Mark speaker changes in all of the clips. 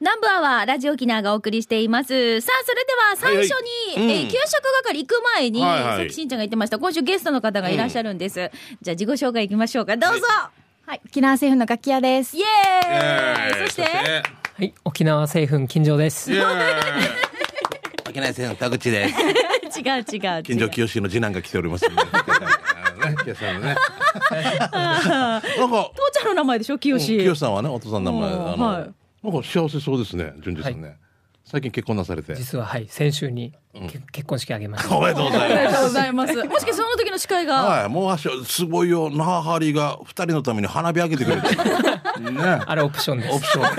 Speaker 1: ナンバーはラジオ沖縄がお送りしています。さあ、それでは最初に、
Speaker 2: はいはい
Speaker 1: えー
Speaker 2: うん
Speaker 1: 給食係行く前に、
Speaker 2: はいはい
Speaker 1: さっきしんちゃんが言ってました、今週ゲストの方がいらっしゃるんです。じゃあ自己紹介行きましょうか。どうぞ、
Speaker 3: はい、沖縄政府の楽器屋です。
Speaker 1: イエーイそして、
Speaker 4: はい、沖縄製粉金城です。
Speaker 2: イエ
Speaker 4: よ
Speaker 2: ーイ沖縄戦の田口です。
Speaker 1: 違う違う違う。
Speaker 2: 近所清の次男が来ておりますんで。あのね清さんのね。なんか、
Speaker 1: 父ちゃんの名前でしょ、清志。
Speaker 2: 清さんはね、お父さんの名前、
Speaker 1: うん
Speaker 2: あの、
Speaker 1: はい
Speaker 2: なんか幸せそうですね、順次さんね。最近結婚なされて。
Speaker 4: 実ははい、先週に、け結婚式あげました。
Speaker 2: おめでとうござい
Speaker 1: あり
Speaker 2: ま
Speaker 1: が
Speaker 2: す。
Speaker 1: とうございます。もしかしてその時の司会が、
Speaker 2: はい、もう足はすごいよ、那覇ハリーが二人のために花火上げてくれ て。ね。
Speaker 4: あれオプションで
Speaker 2: オ
Speaker 4: す
Speaker 2: プ。ション。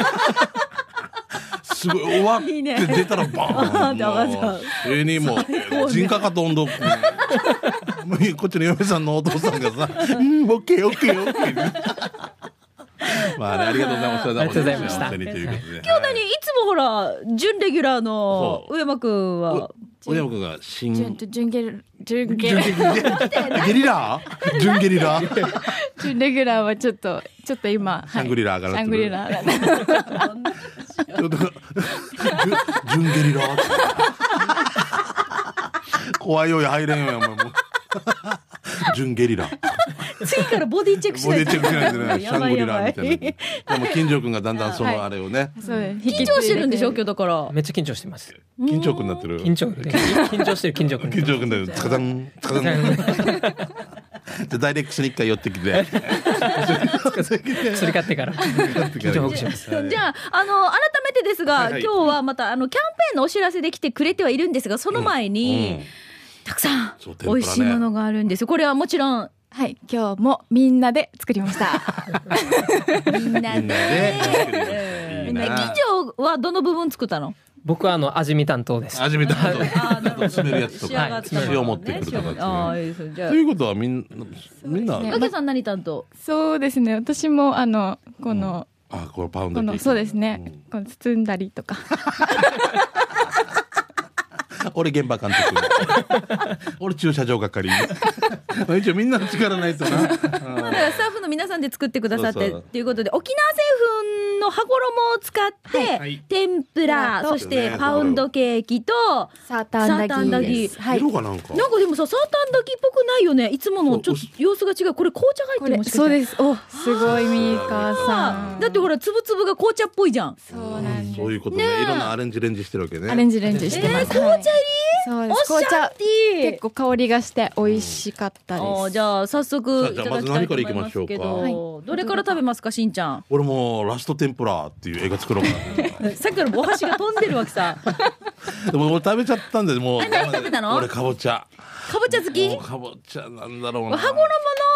Speaker 2: すごい終わっ
Speaker 1: いいね
Speaker 2: て出たらバー
Speaker 1: っ
Speaker 2: ン
Speaker 1: て上がっちゃう
Speaker 2: もうそれにもう人家かと温度こ っちの嫁さんのお父さんがさ「うんオッケーオッケーオッケー」 まあねありがとうございました
Speaker 4: ありがとうございました
Speaker 2: 本当にということで
Speaker 1: 今日何いつもほら、準レギュラーの
Speaker 2: そ
Speaker 1: 上間くんは、
Speaker 2: お親子が新
Speaker 3: 準
Speaker 2: 準
Speaker 3: 準ゲル準ゲ
Speaker 2: ゲ
Speaker 3: ル
Speaker 2: リラ準ゲリラ
Speaker 3: 準レギュラーはちょっとちょっと今はい
Speaker 2: シャングリラ上
Speaker 3: シ
Speaker 2: がっ
Speaker 3: ャ
Speaker 2: て
Speaker 3: ング
Speaker 2: る
Speaker 3: リラ
Speaker 2: ちょっと準準ゲリラ怖いよ入れんよお前もう準ゲ リラ
Speaker 1: 次からボディチェックし
Speaker 2: ボ
Speaker 1: ない
Speaker 2: ディ
Speaker 1: と
Speaker 2: チェックしないとね、シ
Speaker 1: や
Speaker 2: ャン
Speaker 1: ば
Speaker 2: グ
Speaker 1: い
Speaker 2: リ
Speaker 1: や
Speaker 2: ラ
Speaker 1: ば
Speaker 2: み
Speaker 1: い。
Speaker 2: たいな。でも、金城くんがだんだんそのあれをね、
Speaker 3: そう
Speaker 1: 緊張してるんでしょ、今日だから。
Speaker 4: めっちゃ緊張してます。
Speaker 2: 緊張くんになってる。
Speaker 4: 緊張、緊張してる金城君。
Speaker 2: 緊張くんだよ。タカタン、タカタン。で、ダイレックスに一回寄ってきて。
Speaker 4: 釣り買ってから。緊張ほぐします。
Speaker 1: じゃあ、あの、改めてですが、
Speaker 2: いはい
Speaker 1: 今日はまた、あの、キャンペーンのお知らせで来てくれてはいるんですが、その前に、
Speaker 2: うん
Speaker 1: たくさん、
Speaker 2: そう天ぷ
Speaker 1: 美
Speaker 2: らね
Speaker 1: 味しいものがあるんですよ。これはもちろん、
Speaker 3: はい今日もみんなで作りました
Speaker 1: みんな
Speaker 2: みんなで
Speaker 1: で。。み
Speaker 2: いい
Speaker 1: んな
Speaker 2: な
Speaker 1: 近。所はどの部分作ったの
Speaker 4: 僕はあの味見担当です。
Speaker 2: 味見たこと。
Speaker 1: あなるほど
Speaker 2: 詰めるやつと
Speaker 1: 仕上が
Speaker 2: か
Speaker 1: っ、たものね
Speaker 2: 塩持ってくるとかです
Speaker 1: ああ、
Speaker 2: ね。
Speaker 1: いいですねじゃあ
Speaker 2: とい、うことは、みんな、みんな、
Speaker 1: かけさん何担当
Speaker 3: そうですね私もあのこの、
Speaker 2: あ、これパウンドケー
Speaker 3: この
Speaker 2: キ。
Speaker 3: そうですね、この包んだりとか
Speaker 2: 俺現場監督俺駐車場係まあ一応みんなの力ないとな
Speaker 1: まあだからスタッフの皆さんで作ってくださっ
Speaker 2: そう
Speaker 1: て
Speaker 2: そう
Speaker 1: ということで沖縄製粉の羽衣を使って、
Speaker 2: はい
Speaker 1: 天ぷら、
Speaker 3: はい
Speaker 1: そしてパウンドケーキと
Speaker 3: サー
Speaker 1: サータンダギー
Speaker 3: はい
Speaker 2: 色がなんか
Speaker 1: なんかでもさサータンダギーっぽくないよねいつものちょっと様子が違うこれ紅茶が入っ
Speaker 3: こ
Speaker 1: てる
Speaker 3: れ
Speaker 1: もしかして
Speaker 3: そうですおすごいミーカーさ
Speaker 1: あ
Speaker 3: ん
Speaker 1: だってほら粒々が紅茶っぽいじゃん
Speaker 3: そうなんです
Speaker 2: そういうことね
Speaker 1: ねえ
Speaker 2: いろんなアレンジレンジしてるわけね
Speaker 3: アレンジレンジしてます、
Speaker 1: えー紅茶入
Speaker 3: はい
Speaker 1: り
Speaker 3: そうです
Speaker 1: おしゃ
Speaker 3: 紅
Speaker 1: っ
Speaker 3: 茶
Speaker 1: て
Speaker 3: 結構香りがして美味しかったです、
Speaker 1: あーじゃあ早速いただきたいと思いますけ
Speaker 2: じゃあま
Speaker 1: ど、
Speaker 2: ず
Speaker 3: 何から行
Speaker 1: どれから食べますかしんちゃん
Speaker 2: 俺もラスト天ぷらっていう映画作ろうか な
Speaker 1: さっきからお箸が飛んでるわけ さか
Speaker 2: でも俺食べちゃったんでもう
Speaker 1: 何食べたの
Speaker 2: 俺かぼちゃ
Speaker 1: ぼちゃ好き
Speaker 2: もうかぼちゃなんだろうな
Speaker 1: 羽衣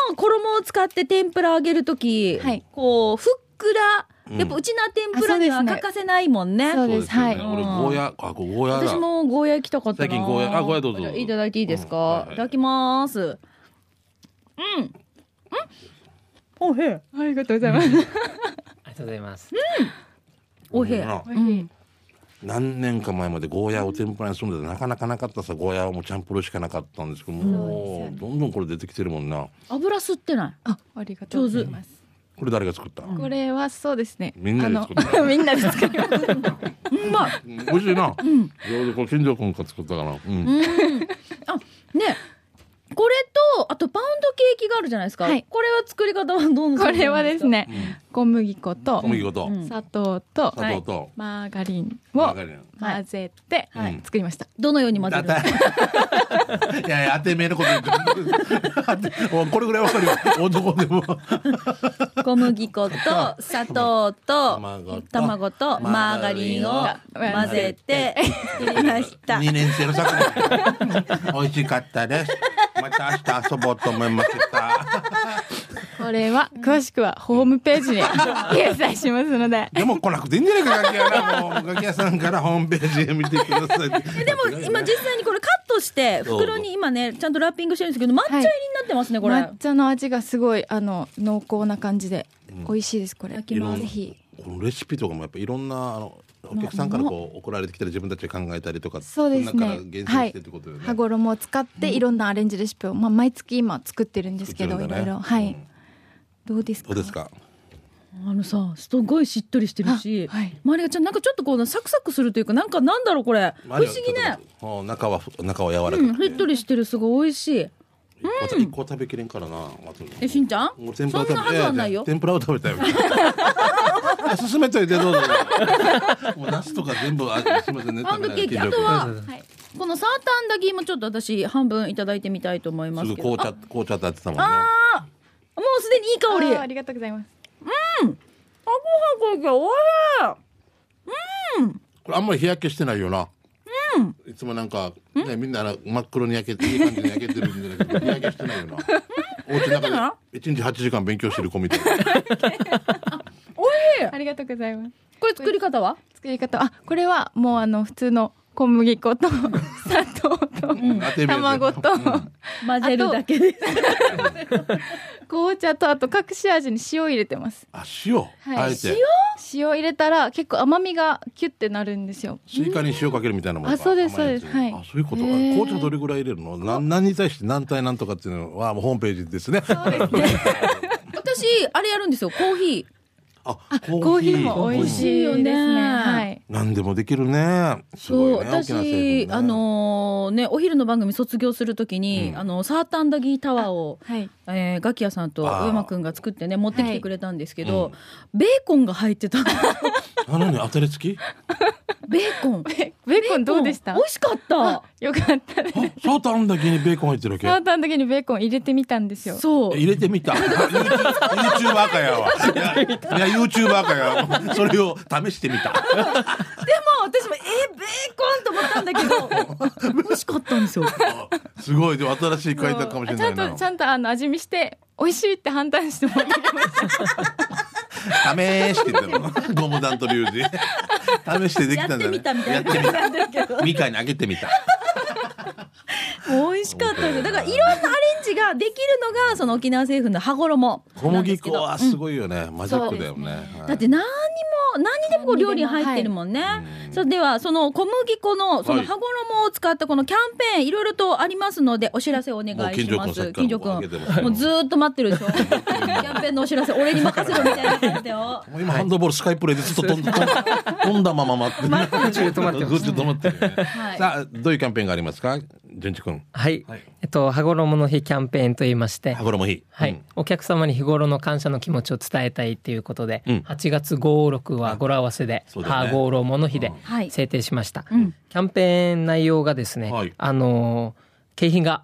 Speaker 1: の衣を使って天ぷら揚げるとき、
Speaker 3: はい
Speaker 1: こうふっくら
Speaker 2: うん
Speaker 1: やっぱうちな天ぷらには
Speaker 3: あそうです
Speaker 1: 欠
Speaker 3: ね
Speaker 1: かせないもんね,、
Speaker 3: そう
Speaker 2: そう
Speaker 3: で
Speaker 2: ですすよね
Speaker 3: はい
Speaker 2: 俺
Speaker 1: うん
Speaker 2: ゴーヤあゴーヤだ
Speaker 1: 私もゴーヤ行きたかったな
Speaker 2: 最近ゴーヤあゴーヤどうぞ
Speaker 1: じゃあいただいていいですか、
Speaker 2: うんはい
Speaker 1: い
Speaker 2: はい
Speaker 1: ただきますうんうんおへえ
Speaker 3: ありがとうございます。
Speaker 4: ありがとうございます。
Speaker 1: おへえ
Speaker 2: な
Speaker 3: うん
Speaker 2: 何年か前までゴーヤを天ぷらにするんでなかなかなかったさゴーヤはもうチャンプルーしかなかったんですけどもうどんどんこれ出てきてるもんな
Speaker 1: 油吸ってない
Speaker 3: あ、ありがとうございます。
Speaker 2: これ誰が作った
Speaker 3: これはそうですね。
Speaker 2: みんなで作った
Speaker 3: あの みんなで作りました。
Speaker 1: うんまい
Speaker 2: 美味しいな。いやこれ金城君が作ったから。うん。
Speaker 1: ねこれとあとパウンドケーキがあるじゃないですか、
Speaker 3: はい
Speaker 1: これは作り方はどうな
Speaker 3: これはですね、
Speaker 2: うん
Speaker 3: 小麦粉と
Speaker 2: 小麦粉と
Speaker 1: うん
Speaker 3: 砂糖と
Speaker 2: 砂糖と。
Speaker 3: マーガリン
Speaker 2: わ
Speaker 3: を
Speaker 2: かるよ
Speaker 3: 混ぜて
Speaker 2: はい
Speaker 3: 作りました。
Speaker 1: どのように混ぜ
Speaker 2: だ
Speaker 1: る
Speaker 2: っ
Speaker 1: の
Speaker 2: て いやいや当てめえのこと言ってるおこれぐらいわかるよ男でも
Speaker 1: 小麦 粉と砂糖と
Speaker 2: 卵と
Speaker 1: 卵とマーガリンを混ぜて作 りました。
Speaker 2: 二年生の作品美味しかったですまた明日遊ぼうと思いました
Speaker 3: これは詳しくはホームページに 掲載しますので。
Speaker 2: でも来なくていいんじゃないかガキ屋なもうガキ屋さんからホームページ見てください
Speaker 1: でも今実際にこれカットして袋に今ねちゃんとラッピングしてるんですけど抹茶入りになってますねこれ。
Speaker 3: 抹茶の味がすごいあの濃厚な感じで美味しいですこれ。
Speaker 1: 焼
Speaker 2: きます
Speaker 3: ぜひ。
Speaker 2: このレシピとかもやっぱいろんなあのお客さんからこう送られてきたり自分たちで考えたりとか
Speaker 3: そうです
Speaker 2: の中か
Speaker 3: ね
Speaker 2: ら厳選してってことよね。
Speaker 3: 羽衣を使っていろんなアレンジレシピを、まあ、毎月今作ってるんですけど、
Speaker 2: 作っ
Speaker 3: い
Speaker 2: て
Speaker 3: ろ
Speaker 2: るんだね
Speaker 3: いろはい、
Speaker 2: うん
Speaker 3: どうですか
Speaker 2: どうですか。
Speaker 1: あのさすごいしっとりしてるし、
Speaker 3: あはい
Speaker 1: 周りがちゃんなんかちょっとこうサクサクするというかなんかなんだろうこれ不思議ね。
Speaker 2: あ中は中は柔らか
Speaker 1: うん
Speaker 2: く
Speaker 1: し
Speaker 2: て。
Speaker 1: っとりしてるすごい美味しい
Speaker 2: 一個一個食べきれんからな。松野
Speaker 1: えしんちゃん
Speaker 2: もう
Speaker 1: そ
Speaker 2: 天
Speaker 1: ん
Speaker 2: ぷら
Speaker 1: な
Speaker 2: 食べ
Speaker 1: はずはないよ
Speaker 2: 天ぷらを食べたい。 進めといてどうぞ。もうナスとか全部あすみませんね。
Speaker 1: パウンドケー
Speaker 2: 食べ
Speaker 1: キ
Speaker 2: ない
Speaker 1: あと
Speaker 2: 黄色
Speaker 1: は
Speaker 4: そうそう
Speaker 3: はい
Speaker 1: このサーターアンダギーもちょっと私半分いただいてみたいと思いま
Speaker 2: く
Speaker 1: す
Speaker 2: す
Speaker 1: け
Speaker 2: ぐ
Speaker 1: ど
Speaker 2: 紅茶紅茶って当てたもんね。
Speaker 1: ああもうすでにいい香り
Speaker 3: あーありがとうございます
Speaker 1: あご飯がおいしい
Speaker 2: これあんまり日焼けしてないよな。いつもなんか、ね、みんなあの真っ黒に焼けて、いい感じに焼けてるんだけど、日焼けしてないよ な。お家の
Speaker 1: てな
Speaker 2: 中で一日8時間勉強してる子みたいな。
Speaker 1: おいしい
Speaker 3: ありがとうございます
Speaker 1: これ作り方は
Speaker 3: 作り方あこれはもうあの普通の小麦粉と砂糖と
Speaker 2: 当て目で
Speaker 3: 卵と
Speaker 1: 混ぜるだけです
Speaker 3: 紅茶とあと隠し味に塩入れてます
Speaker 2: あ、塩、あえて。
Speaker 3: 塩入れたら結構甘みがキュッてなるんですよ
Speaker 2: スイカに塩かけるみたいなもんか
Speaker 3: あそうです
Speaker 2: 甘やつ
Speaker 3: そうですはい
Speaker 2: あ、そういうこと。あ
Speaker 3: へー
Speaker 2: 紅茶どれぐらい入れるの、なん、何に対して、何対何とかっていうのは、もうホームページですね。
Speaker 1: 私あれやるんですよコーヒ
Speaker 2: あ、コ
Speaker 3: コーヒーも美味
Speaker 2: い。
Speaker 3: しいです
Speaker 1: 美味しい
Speaker 3: ね
Speaker 1: よね
Speaker 3: はい
Speaker 2: 何でもできるね。すごい
Speaker 1: そ
Speaker 2: ね
Speaker 1: う、
Speaker 2: 大きな成分
Speaker 1: 私、
Speaker 2: ね
Speaker 1: あのーね、お昼の番組卒業するときに、
Speaker 2: うん
Speaker 1: あの、サーターアンダギータワーを、
Speaker 3: はい
Speaker 1: えーガキヤさんと
Speaker 2: あー
Speaker 1: 上間くんが作ってね、持ってきてくれたんですけど、ベーコンが入って た。
Speaker 2: あ、何、当たり付 き。
Speaker 1: ベーコン。
Speaker 3: えベーコンどうでした
Speaker 1: 美味しかった
Speaker 3: あ。よかったです
Speaker 2: あ、サーターアンダギーにベーコン入ってるわけ
Speaker 3: サ。ーターの時にベーコン入れてみたんですよ
Speaker 1: そう。
Speaker 2: 入れ てみた。ユーチューバーかやわ。いや、ユーチューバーかや。それを試してみた。
Speaker 1: でも、私も、えーベーコンと思ったんだけ ど、美味しかったんですよ。
Speaker 2: すごい、でも新しい開拓かもしれない
Speaker 3: ちゃん
Speaker 2: な
Speaker 3: と。ちゃんとあの味見して美味しいって判断してもらって
Speaker 2: 試してたの。ゴム弾とリュウジ。試してでき
Speaker 1: や
Speaker 2: たんだ、
Speaker 1: って
Speaker 2: ね。
Speaker 1: みたみたいな感
Speaker 2: やっ
Speaker 1: じ
Speaker 2: て
Speaker 1: なんだけど
Speaker 2: みた。ミカにあげてみた。
Speaker 1: もう美味しかったですよだからいろんなアレンジができるのがその沖縄製粉の羽衣
Speaker 2: 小
Speaker 1: なんで
Speaker 2: 麦
Speaker 1: すけ
Speaker 2: 粉
Speaker 1: ど
Speaker 2: はすごいよね。マジックだよね。はい
Speaker 1: だって何にも何にでもこう料理に入ってるもんね。そうではその小麦粉のその
Speaker 2: はい
Speaker 1: 羽衣を使ったこのキャンペーンいろいろとありますのでお知らせお願いします。金城
Speaker 2: 金城
Speaker 1: く
Speaker 2: 君
Speaker 1: ん
Speaker 2: さっきからもう上げてますよ
Speaker 1: もうずーっと待ってるで しょ。キャンペーンのお知らせ俺に任せろみたいな感じだよ。
Speaker 2: もう今ハンドボールスカイプレーでずっと飛んだ飛んだまま待ってる。
Speaker 4: 中で止まってます
Speaker 2: ずっと止まってるよね
Speaker 1: はい
Speaker 2: さあどういうキャンペーンがありますか、純一君。
Speaker 4: はい
Speaker 2: はい。
Speaker 4: えっと、羽衣の日キャンペーンと言いまして、
Speaker 2: 羽衣日。
Speaker 4: は
Speaker 2: うん
Speaker 4: い。お客様に日頃の感謝の気持ちを伝えたいということで、
Speaker 2: うん
Speaker 4: 8月56は語呂合わせで、
Speaker 2: そうだよね
Speaker 4: 羽衣の日で
Speaker 1: はい
Speaker 4: 制定しました。
Speaker 1: ん
Speaker 4: キャンペーン内容がですね、
Speaker 2: はい
Speaker 4: あのー、景品が、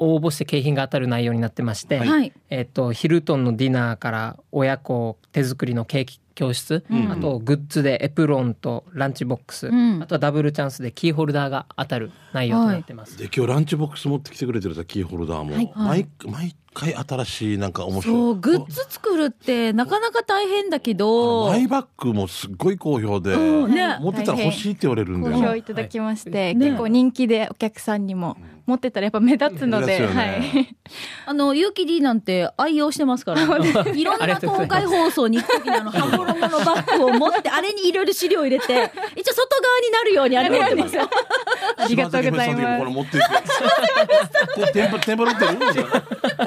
Speaker 4: 応募して景品が当たる内容になってまして、
Speaker 1: はい。
Speaker 4: えっと、ヒルトンのディナーから親子手作りのケーキ教室、あとグッズでエプロンとランチボックス、
Speaker 1: うん
Speaker 4: あとはダブルチャンスでキーホルダーが当たる内容となってます、
Speaker 2: で今日ランチボックス持ってきてくれてるさキーホルダーも、
Speaker 1: はい
Speaker 2: 毎毎回新しいなん か面白い
Speaker 1: そうグッズ作るってなかなか大変だけど。
Speaker 2: マイバッグもすっごい好評で、
Speaker 1: うんね
Speaker 2: 持ってたら欲しいって言われるんだ
Speaker 3: 好
Speaker 2: よ
Speaker 3: 評
Speaker 2: ね
Speaker 3: いただきまして、
Speaker 4: はい
Speaker 1: ね
Speaker 3: 結構人気でお客さんにも持ってたらやっぱ目立つの
Speaker 2: 目
Speaker 3: で、
Speaker 2: 立つよ
Speaker 3: は
Speaker 2: ね
Speaker 3: い。
Speaker 1: あの、ゆうき D なんて愛用してますから。 いろんな公開放送に行くときに、あの、羽衣のバッグを持って、あれにいろいろ資料を入れて、一応外側になるようにあれ持ってますよ。
Speaker 3: ありがとうござ
Speaker 2: 島
Speaker 3: い
Speaker 2: 崎
Speaker 3: ま
Speaker 2: さんの時もこれ持って 行ってテンプテンプロってるんですよ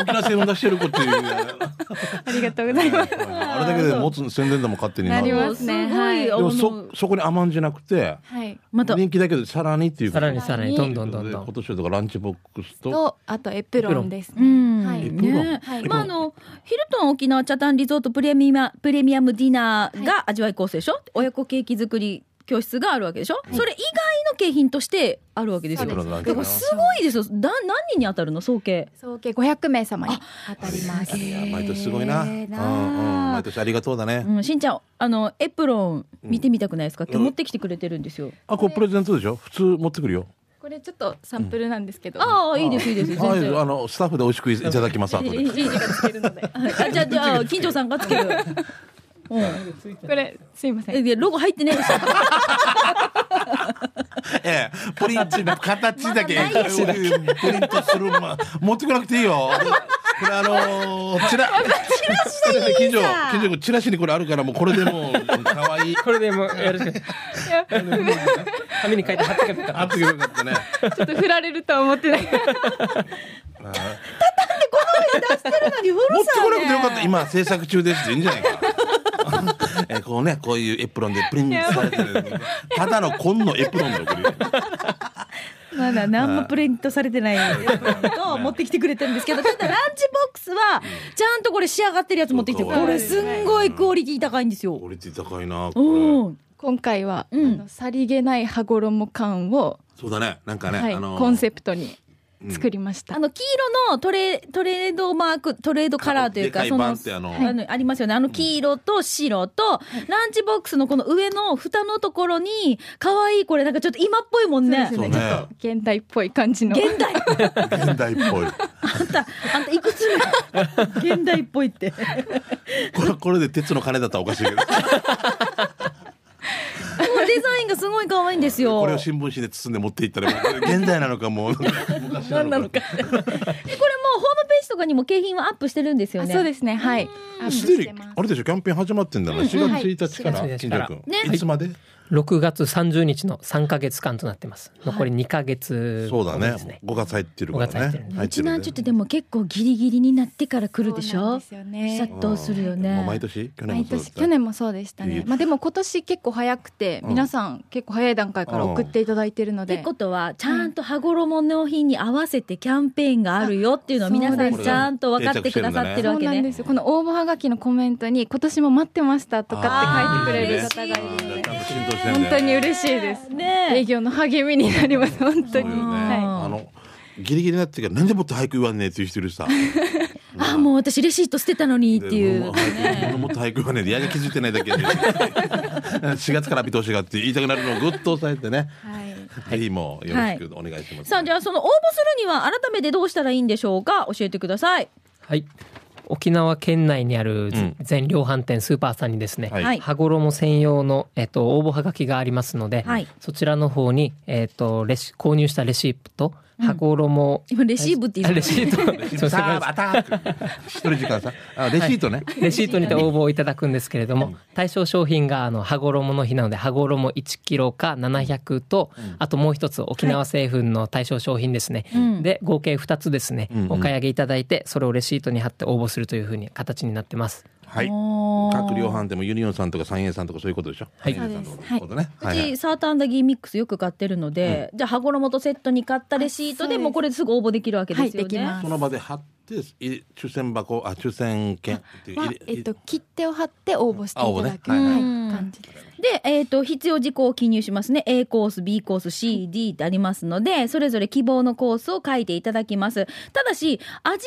Speaker 2: 沖縄製を出してる子っていうね、
Speaker 3: す。 ありがとうございます。
Speaker 2: あれだけで持つ宣伝でも勝手にな
Speaker 3: なり
Speaker 2: る
Speaker 3: ますねはい
Speaker 1: す
Speaker 2: で
Speaker 1: ごい、
Speaker 2: も
Speaker 1: あの
Speaker 2: そ、そこに甘んじなくて
Speaker 3: はい。
Speaker 1: また、
Speaker 2: 人気だけどさらにっていう
Speaker 4: さらに
Speaker 2: と
Speaker 4: さらにどんどんどん
Speaker 2: いう
Speaker 4: ど
Speaker 2: ことで今年
Speaker 4: ん
Speaker 2: はだからランチボックスと
Speaker 3: とあとエプロンです、
Speaker 1: う
Speaker 3: ね。
Speaker 1: ん、
Speaker 3: はい
Speaker 1: ね
Speaker 3: はい、
Speaker 1: まあ、あの、ヒルトン沖縄茶炭リゾートプレミア、プレミアムディナー
Speaker 3: は
Speaker 1: が味わい構成でしょ親子ケーキ作り教室があるわけでしょそれ以外の景品としてあるわけです
Speaker 3: そう
Speaker 1: よ。
Speaker 2: エプロンのランチ
Speaker 1: だからすごいですよ。だ、何人に当たるの総計。
Speaker 3: 総計500名様に当たります。
Speaker 2: いや毎年すごいな、うんうん、毎年ありがとうだね、
Speaker 1: うん、しんちゃん、あの、エプロン見てみたくないですか、今日持ってきてくれてるんですよ。
Speaker 2: あこれプレゼントでしょ普通持ってくるよ
Speaker 3: これちょっとサンプルなんですけど、
Speaker 1: ああ、いいです、いいです、全
Speaker 2: ああい
Speaker 1: 然。
Speaker 2: うあのスタッフで美味しくいただきます後で
Speaker 1: いいいいいい
Speaker 3: がつけるので。
Speaker 1: あじゃあ、じゃあ、金城さんがつける。うん
Speaker 3: これすいませ
Speaker 1: え、
Speaker 3: ん。
Speaker 1: いやロゴ入ってないですよ。
Speaker 2: ええ、プリンチの形だけ、
Speaker 1: まだない
Speaker 2: プリントする、ま、持ってこなくていいよ。これあのー、チラ、チラシ近所、近所、チラシにこれあるから、もうこれでもう、可愛い。
Speaker 4: これでもうよろしく紙に書いて貼ってくれた
Speaker 2: あってよかったね。
Speaker 3: ちょっと振られるとは思 ってない。
Speaker 1: 出してるのに古
Speaker 2: 持って
Speaker 1: さ
Speaker 2: こなくてよかっ
Speaker 1: ね
Speaker 2: た、今制作中ですっていいんじゃないか。えーこうねこういうエプロンでプリンされてるただの紺のエプロンのこれ
Speaker 1: まだ何もプリントされてないエプロンと持ってきてくれてるん ですけど、ただランチボックスは、ちゃんとこれ仕上がってるやつ持ってきて、こ
Speaker 2: そうか
Speaker 1: れすんごいクオリティ高いんですよ。
Speaker 2: クオリティ高いなこれ
Speaker 1: うん。
Speaker 3: 今回は、
Speaker 1: うん
Speaker 3: あのさりげない羽衣感を、
Speaker 2: そうだねなんかね、
Speaker 3: はい
Speaker 2: あの
Speaker 3: コンセプトに作
Speaker 2: り
Speaker 3: りました、
Speaker 1: あの、黄色のトレ、トレードマーク、トレードカラーというか、
Speaker 2: で
Speaker 1: そ
Speaker 2: かいバン
Speaker 1: の
Speaker 2: っ、てあの、
Speaker 1: あの、ありますよね。あの、黄色と白と、ランチボックスのこの上の蓋のところに、可愛いこれ、なんかちょっと今っぽいもんね。
Speaker 3: そうです
Speaker 2: そうね
Speaker 3: ねちょっと現代っぽい感じの
Speaker 1: 現代
Speaker 2: 現代っぽい
Speaker 1: あんた、あんたいくつ 目現代っぽいって。
Speaker 2: これこれで鉄の金だったらおかしいけど
Speaker 1: もうデザインがすごい可愛いんですよ。
Speaker 2: これを新聞紙で包んで持っていったらもう現代なのかもう昔
Speaker 1: 何なのか。これもうホームページとかにも景品はアップしてるんですよ
Speaker 3: あ
Speaker 1: ね。
Speaker 3: そうですねはいアップ
Speaker 2: す
Speaker 3: し
Speaker 2: で
Speaker 3: て
Speaker 2: に
Speaker 3: ます
Speaker 2: あれでしょキャンペーン始まってんだな、4月1日から、
Speaker 4: はい4月
Speaker 2: 金
Speaker 4: 1日か
Speaker 2: 田
Speaker 4: ら
Speaker 2: 君、
Speaker 1: ね
Speaker 2: いつまで、
Speaker 4: 6月30日の3か月間となってます残り2か月
Speaker 2: そうだ
Speaker 4: です
Speaker 2: ね5月入ってるからね
Speaker 4: 5月入ってる
Speaker 1: うちなんちょっと
Speaker 2: ね
Speaker 1: でも結構ギリギリになってから来るでし
Speaker 3: そうなん
Speaker 1: ょ
Speaker 3: ですよね
Speaker 1: 殺到するよ
Speaker 2: もう
Speaker 1: ね。
Speaker 2: 毎年去年も
Speaker 3: 毎
Speaker 2: そうだっ
Speaker 3: 年
Speaker 2: た
Speaker 3: 去年もそうでした
Speaker 2: いい
Speaker 3: ね、まあ、でも今年結構早くて、
Speaker 2: うん
Speaker 3: 皆さん結構早い段階から送っていただいてるの
Speaker 1: って
Speaker 3: で、
Speaker 1: ことはちゃんと羽衣の品に合わせてキャンペーンがあるよっていうのを皆さ
Speaker 3: あ
Speaker 1: ん
Speaker 3: そうです
Speaker 1: ちゃんと分かってくださってる
Speaker 3: そ
Speaker 1: わ
Speaker 3: う
Speaker 1: け
Speaker 3: なんで
Speaker 1: ね。
Speaker 3: すよこの応募はがきのコメントに「今年も待ってました」とかって書いてくれる
Speaker 1: あー
Speaker 3: 方がいるの
Speaker 1: 嬉しい
Speaker 2: ち
Speaker 3: で
Speaker 2: ゃんと浸透してんだよね
Speaker 3: 本当に嬉しいです営
Speaker 1: ねえ。
Speaker 3: 業の励みになります本
Speaker 2: そ
Speaker 3: 当
Speaker 2: うよ
Speaker 3: に、
Speaker 2: ね、
Speaker 1: は
Speaker 3: はい
Speaker 2: あのギリギリになってからなんでもっと早く言わんねえっていう人いるしさ
Speaker 1: あもう私レシート捨てたのにっていう。
Speaker 2: でももっと早く言わねえでやが気づいてないだけで4月から見通しがあって言いたくなるのをぐっと抑えてね
Speaker 3: いはい
Speaker 2: ぜひもうよろしくお願いします、
Speaker 1: さあ じゃあその応募するには改めてどうしたらいいんでしょうか教えてください。
Speaker 4: はい沖縄県内にあ
Speaker 2: う
Speaker 4: る
Speaker 2: ん
Speaker 4: 全量販店スーパーさんにですね、
Speaker 2: はい
Speaker 1: はい。
Speaker 4: 羽衣専用の、えっと、応募はがきがありますので、
Speaker 1: はい
Speaker 4: そちらの方に、えっと、レシ購入したレシープと羽衣、
Speaker 1: 今レシーブって言
Speaker 4: あ
Speaker 1: いま
Speaker 4: レ
Speaker 1: した
Speaker 4: シート
Speaker 2: レシー
Speaker 4: すいま
Speaker 2: ト
Speaker 4: せんごめ
Speaker 2: さあ
Speaker 4: んなさい
Speaker 2: アタック一人時間さあレシートね、
Speaker 4: レシートにて応募をいただくんですけれども、対象商品があの羽衣の日なので羽衣1キロか700と、あともう一つ沖縄製粉の対象商品ですね、
Speaker 1: ん
Speaker 4: で合計2つですね、
Speaker 2: うんうん
Speaker 4: お買い上げいただいてそれをレシートに貼って応募するというふうに形になってます。
Speaker 2: はい
Speaker 1: おー
Speaker 2: 各量販店もユニオンさんとか三栄さんとかそういうことでしょ
Speaker 4: はい
Speaker 2: 三栄さんとかそういうことね
Speaker 1: うち、
Speaker 2: はいは
Speaker 1: サーターアンダギーミックスよく買ってるので、じゃあ羽衣とセットに買ったレシートで
Speaker 3: あそうです
Speaker 1: もうこれすぐ応募できるわけですよね。
Speaker 3: はいできま
Speaker 2: いその場で貼ってい抽選箱あ抽選券っていう
Speaker 3: は
Speaker 2: 入れ
Speaker 3: えっと、切手を貼って応募してい
Speaker 2: あ
Speaker 3: ただく、
Speaker 2: 応募ねはい
Speaker 1: はい
Speaker 3: うん感じです
Speaker 1: で、えっと必要事項を記入しますね A コース B コース CD ってありますのでそれぞれ希望のコースを書いていただきますただし味わい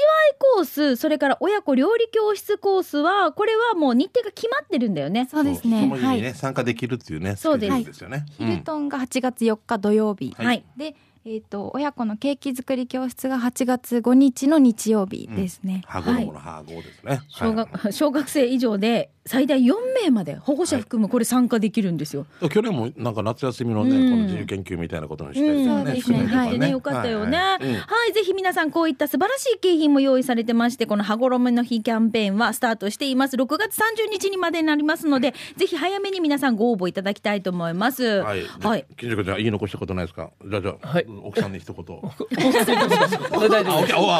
Speaker 1: コースそれから親子料理教室コースはこれはもう日程が決まってるんだよね
Speaker 3: そうですね
Speaker 2: その日
Speaker 3: は
Speaker 2: に
Speaker 3: い
Speaker 2: ね参加できるっていうね
Speaker 1: そうです
Speaker 2: スケジュールですよね
Speaker 3: ヒルトンが8月4日土曜日、
Speaker 1: はい、
Speaker 3: で、えー、と親子のケーキ作り教室が8月5日の日曜日ですね、
Speaker 2: ハゴのハゴですね
Speaker 1: 小
Speaker 2: はい
Speaker 1: 学小学生以上で最大4名まで保護者含むこれ参加できるんですよ、
Speaker 2: 去年もなんか夏休みのね、
Speaker 1: うん
Speaker 2: この自由研究みたいなことにし
Speaker 1: う
Speaker 2: て、
Speaker 1: ん
Speaker 3: そうです
Speaker 2: 宿
Speaker 3: ね
Speaker 2: 題とか
Speaker 1: はいねよかったよね
Speaker 2: はいはいうん
Speaker 1: はい、ぜひ皆さんこういった素晴らしい景品も用意されてまして、この羽衣の日キャンペーンはスタートしています。6月30日にまでになりますので、ぜひ早めに皆さんご応募いただきたいと思います。は。
Speaker 2: はいい、はい、金城ちゃん言い残したことないですか。じゃあじゃあ、
Speaker 4: はい
Speaker 2: 奥さんに一言。あ、お客、お、
Speaker 4: 大丈夫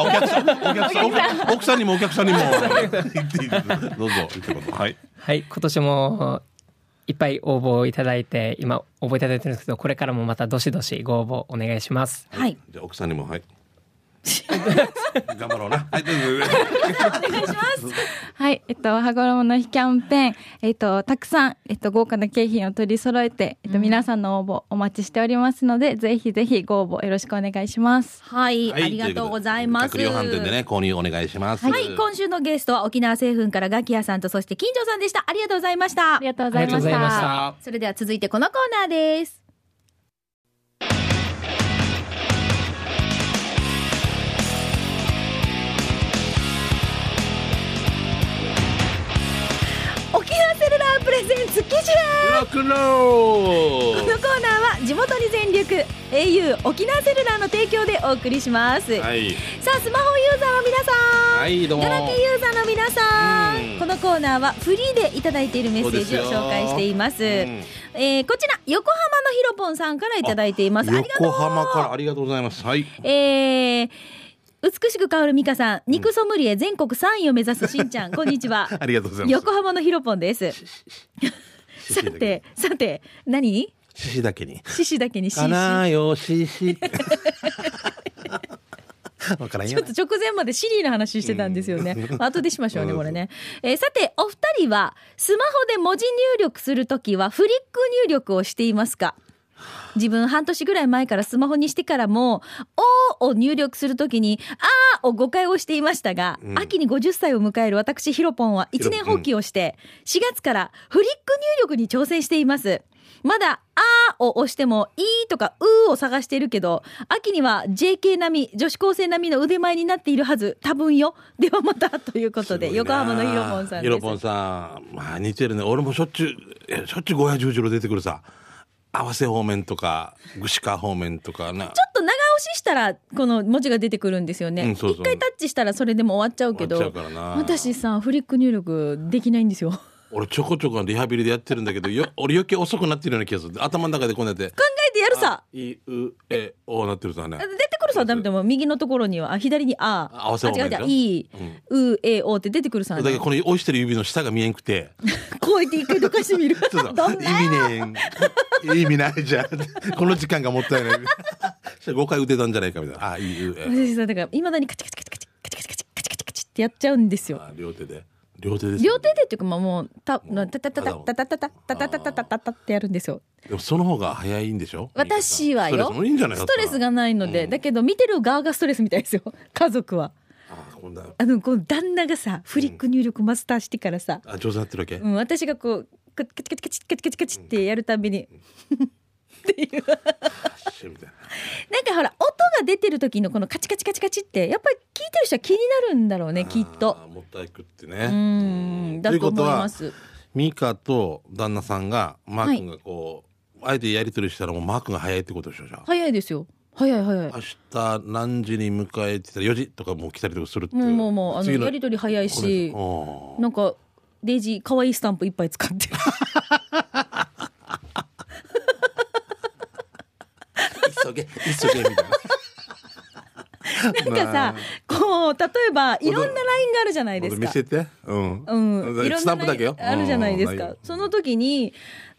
Speaker 2: お客さん、お客さん、お客奥さんにもお客さんにも。言っていいですどうぞ、一言。はい。
Speaker 4: はい、今年もいっぱい応募をいただいて、今応募いただいてるんですけど、これからもまたどしどしご応募お願いします。
Speaker 2: じゃあ、奥さんにも、 はい。頑張ろうな。はい、どうぞ。
Speaker 3: はい、えっと、羽衣の日キャンペーン、えっと、たくさん、えっと、豪華な景品を取り揃えて、えっと、皆さんの応募お待ちしておりますので、ぜひぜひご応募よろしくお願いします。
Speaker 1: はい、ありがとうございます。
Speaker 2: 各量販店でね、購入お願いします。
Speaker 1: はい、今週のゲストは沖縄製粉からガキヤさんとそして金城さんでした。ありがとうございました
Speaker 3: あり。がとうございました。
Speaker 4: た。
Speaker 1: それでは続いてこのコーナーです。沖縄セルラープレゼンツキジラ
Speaker 2: ロックンロー
Speaker 1: このコーナーは地元に全力 au 沖縄セルラーの提供でお送りします、
Speaker 2: はい。
Speaker 1: さあスマホユーザーの皆さん、
Speaker 2: はい、どうも
Speaker 1: ガ。ラケーユーザーの皆さん、
Speaker 2: うん
Speaker 1: このコーナーはフリーでいただいているメッセージを
Speaker 2: そうですよ
Speaker 1: 紹介しています
Speaker 2: うん
Speaker 1: えーこちら横浜のひろぽんさんからいただいていますありがとう
Speaker 2: 横浜からありがとうございます。はい。
Speaker 1: えー美しく香る美香さん、肉ソムリエ全国3位を目指すしんちゃん、こんにちは。
Speaker 2: ありがとうございます。
Speaker 1: 横浜のヒロポンです。さて、さて、何
Speaker 2: 獅子だけに。
Speaker 1: 獅子だけに獅
Speaker 2: か
Speaker 1: 子。
Speaker 2: なよ、獅 子。わからん
Speaker 1: ち
Speaker 2: よ
Speaker 1: ょっ。と直前までシリーの話してたんですよね。まあ後でしましょう ね、これね。えーさて、お二人は、スマホで文字入力するときは、フリック入力をしていますか自分半年ぐらい前からスマホにしてからも、おーを入力するときに、あーを誤解をしていましたが、
Speaker 2: うん
Speaker 1: 秋に50歳を迎える私ヒロポンは一年放棄をして、4月からフリック入力に挑戦しています。まだ、あーを押しても、いーとかうーを探しているけど、秋には JK 並み、女子高生並みの腕前になっているはず、多分よ。ではまた、ということで、
Speaker 2: すごい
Speaker 1: 横
Speaker 2: な
Speaker 1: 浜のヒロポンさんです。
Speaker 2: ヒロポンさん、まあ似てるね。俺もしょっちゅう、えしょっちゅう5 1 0ロ出てくるさ。合わせ方面とか、ぐしか方面とかな。
Speaker 1: ちょっと長押ししたらこの文字が出てくるんですよね。
Speaker 2: うんそうそう
Speaker 1: 一回タッチしたらそれでも終わっちゃうけ
Speaker 2: 終わ
Speaker 1: ど
Speaker 2: っちゃうからな
Speaker 1: 私さフリック入力できないんですよ。考
Speaker 2: 俺ちょこちょこリハビリでやってるんだけど、よ俺余計遅くなってるような気がする。頭の中でこうなって。
Speaker 1: えてやるさ
Speaker 2: あい、う、え、おなってるさね
Speaker 1: 出。てくるさダメでも右のところにはあ左にあ
Speaker 2: 合わせ
Speaker 1: あ
Speaker 2: 方
Speaker 1: 違う
Speaker 2: 面でし
Speaker 1: 違
Speaker 2: ょ
Speaker 1: うい、うえおって出てくるさ
Speaker 2: だからこの押してる指の下が見えんくて。
Speaker 1: こうやって一回どかしてみる。
Speaker 2: そうそう
Speaker 1: どん
Speaker 2: 意
Speaker 1: な
Speaker 2: 味ねえ意味ないじゃんこの時間がもったいないそ5回打てたんじゃないかみたいなあいいえ
Speaker 1: 私さだからいまだにカチカチカチカチカチカチカチカチカチカチってやっちゃうんですよ。
Speaker 2: あ両手で両手ですよ
Speaker 1: 両手でっていうかまあもうた
Speaker 2: もう
Speaker 1: たたたたたたたたたたたたたたたってやるんですよ。
Speaker 2: でもその方が早いんでしょ
Speaker 1: 私は
Speaker 2: ストレ
Speaker 1: よ
Speaker 2: スもいいんじゃない
Speaker 1: ストレスがないので、だけど見てる側がストレスみたいですよ家族は
Speaker 2: あこんな
Speaker 1: あのこう旦那がさフリック入力マスターしてからさ、
Speaker 2: あ上手になってるわけ、
Speaker 1: うん私がこうカチカチカチカチカチカチカチってやるたびに、
Speaker 2: しみたいな
Speaker 1: なんかほら音が出てる時のこのカチカチカチカチってやっぱり聞いてる人は気になるんだろうねきっと
Speaker 2: あーもったいくって
Speaker 1: う
Speaker 2: ね
Speaker 1: んだ
Speaker 2: という
Speaker 1: と
Speaker 2: こ
Speaker 1: 思
Speaker 2: と
Speaker 1: い
Speaker 2: は
Speaker 1: ます
Speaker 2: ミカと旦那さんがマー君がこう、あえてやり取りしたらもうマー君が早いってことでしょじゃあ
Speaker 1: 早いですよ早い早い
Speaker 2: 明日何時に迎えてたら4時とかもう来たりとかするってい
Speaker 1: もうもうもうあの
Speaker 2: 次
Speaker 1: やり取り早いし
Speaker 2: これ
Speaker 1: なんかデイジー可愛いスタンプいっぱい使って
Speaker 2: うん急げ急げ みたいな
Speaker 1: なんかさ、こう、例えば、いろんなラインがあるじゃないです
Speaker 2: 見
Speaker 1: か。
Speaker 2: せて。うん。
Speaker 1: うん、いろん
Speaker 2: ス
Speaker 1: な
Speaker 2: タンプだけよ。
Speaker 1: ラインあるじゃないです
Speaker 2: うん
Speaker 1: か。その時に、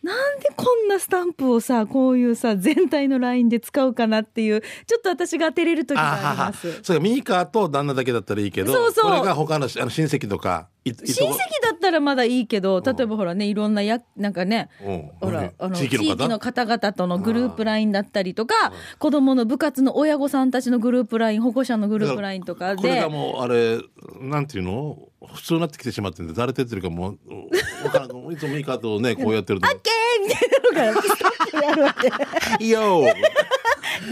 Speaker 1: なんでこんなスタンプをさ、こういうさ、全体のラインで使うかなっていう、ちょっと私が当てれる時
Speaker 2: あ
Speaker 1: があ
Speaker 2: は
Speaker 1: り
Speaker 2: は
Speaker 1: ます。
Speaker 2: そうか、ミーカーと旦那だけだったらいいけど、
Speaker 1: そうそう
Speaker 2: これが他のあの親戚とか、いいとこ
Speaker 1: 親戚だったらまだいいけど、例えばほらね、いろんなや、なんかね、
Speaker 2: うん
Speaker 1: ほら
Speaker 2: 何、
Speaker 1: あの、
Speaker 2: 地
Speaker 1: 地
Speaker 2: 域の方
Speaker 1: 域の方々とのグループラインだったりとか、子供の部活の親御さんたちのグループライン、保護者のグループラインとか
Speaker 2: これ
Speaker 1: で
Speaker 2: が、もう、あれ、なんていうの普通になってきてしまってんで、誰とやってるかもう、わからんいつもミーカーとね、こうやってると。
Speaker 1: オッケーみたいなのが、 スタンプであるわけ。
Speaker 2: いい よ
Speaker 1: デイジ びっく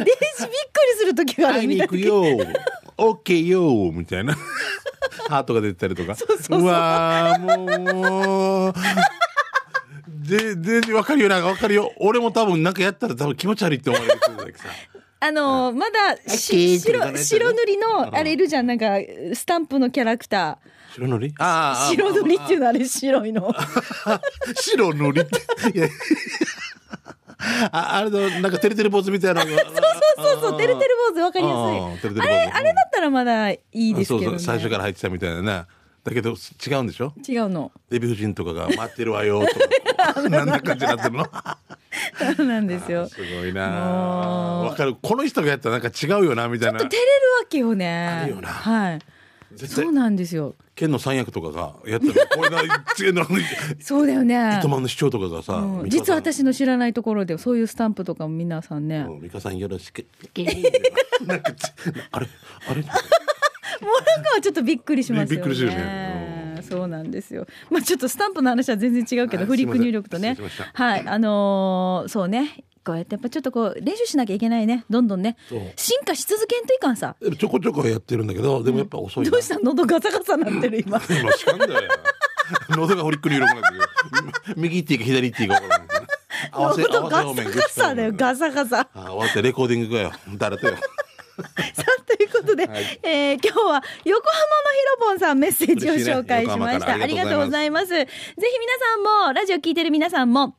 Speaker 1: りする時があ
Speaker 2: 会
Speaker 1: る
Speaker 2: いに
Speaker 1: みたい
Speaker 2: 行
Speaker 1: な
Speaker 2: くよオッケーよ みたいな。ハートが出てたりとか。うわーもう。で、で、わかるよ、なんかわかるよ。俺も多分なんかやったら多分気持ち悪いって思われるけどだけど さ。
Speaker 1: あのーまだし
Speaker 2: あケーキとか
Speaker 1: 白
Speaker 2: ね
Speaker 1: 白塗り
Speaker 2: う
Speaker 1: の
Speaker 2: ん
Speaker 1: あれいるじゃんなんかスタンプのキャラクタ
Speaker 2: 白塗り
Speaker 1: ー
Speaker 2: ああ。
Speaker 1: 白塗りっていうのあれ白いの
Speaker 2: 白塗りって。いやああれのなんかてるてる坊主みたいなのがそう
Speaker 1: そうそうそうてるてる坊主わかり
Speaker 2: あー
Speaker 1: や
Speaker 2: て
Speaker 1: す
Speaker 2: る
Speaker 1: い
Speaker 2: て
Speaker 1: あ
Speaker 2: る坊主
Speaker 1: れあれだったらまだいいですけ
Speaker 2: そ
Speaker 1: どね
Speaker 2: うそう最初から入ってたみたいなねだけど違うんでしょ
Speaker 1: 違うの
Speaker 2: デヴィ夫人とかが「待ってるわよ」とかなんな感じになってるの
Speaker 1: そうなんですよ
Speaker 2: すごいな
Speaker 1: もう
Speaker 2: わかるこの人がやったらなんか違うよなみたいな
Speaker 1: 照れるわけよね
Speaker 2: あるよな
Speaker 1: はい
Speaker 2: 絶
Speaker 1: そ
Speaker 2: 対
Speaker 1: うなんですよ
Speaker 2: 県の三役とかがやっ たらこれな違うな
Speaker 1: そうだよね
Speaker 2: 糸満の市長とかがさ、
Speaker 1: うん
Speaker 2: 三笠
Speaker 1: 実は私の知らないところでそういうスタンプとかも皆さんね、
Speaker 2: うん三笠さんよろしくなんかちあれあ
Speaker 1: も
Speaker 2: れ
Speaker 1: うなんかはちょっとびっくりしますよね。
Speaker 2: びっくりするよね
Speaker 1: そうなんですよ。まあちょっとスタンプの話は全然違うけど、
Speaker 2: はい
Speaker 1: フリック入力とね
Speaker 2: すいません失礼し。
Speaker 1: はい、あのーそうね。こうやってやっぱちょっとこう練習しなきゃいけないね。どんどんね
Speaker 2: そう。
Speaker 1: 進化し続けんといかんさ。
Speaker 2: でもちょこちょこはやってるんだけどでもやっぱ遅いな
Speaker 1: どうした喉ガサガサなってる今。
Speaker 2: 今しかんだよ喉がホリックに色くなっ てる右っていいか左っていいか分からん 合わせ合
Speaker 1: 喉
Speaker 2: わ
Speaker 1: ガ
Speaker 2: せ方
Speaker 1: サ
Speaker 2: 面
Speaker 1: ガサだよ、ガサガサ。
Speaker 2: あ終わってレコーディングかよ誰とよ
Speaker 1: さあ ということで、
Speaker 2: はい
Speaker 1: えー今日は横浜のひろぽんさんメッセージを
Speaker 2: 嬉しいね
Speaker 1: 紹介しました。
Speaker 2: 横浜から
Speaker 1: ありがとうございます。ぜひ皆さんも、ラジオ聞いてる皆さんも、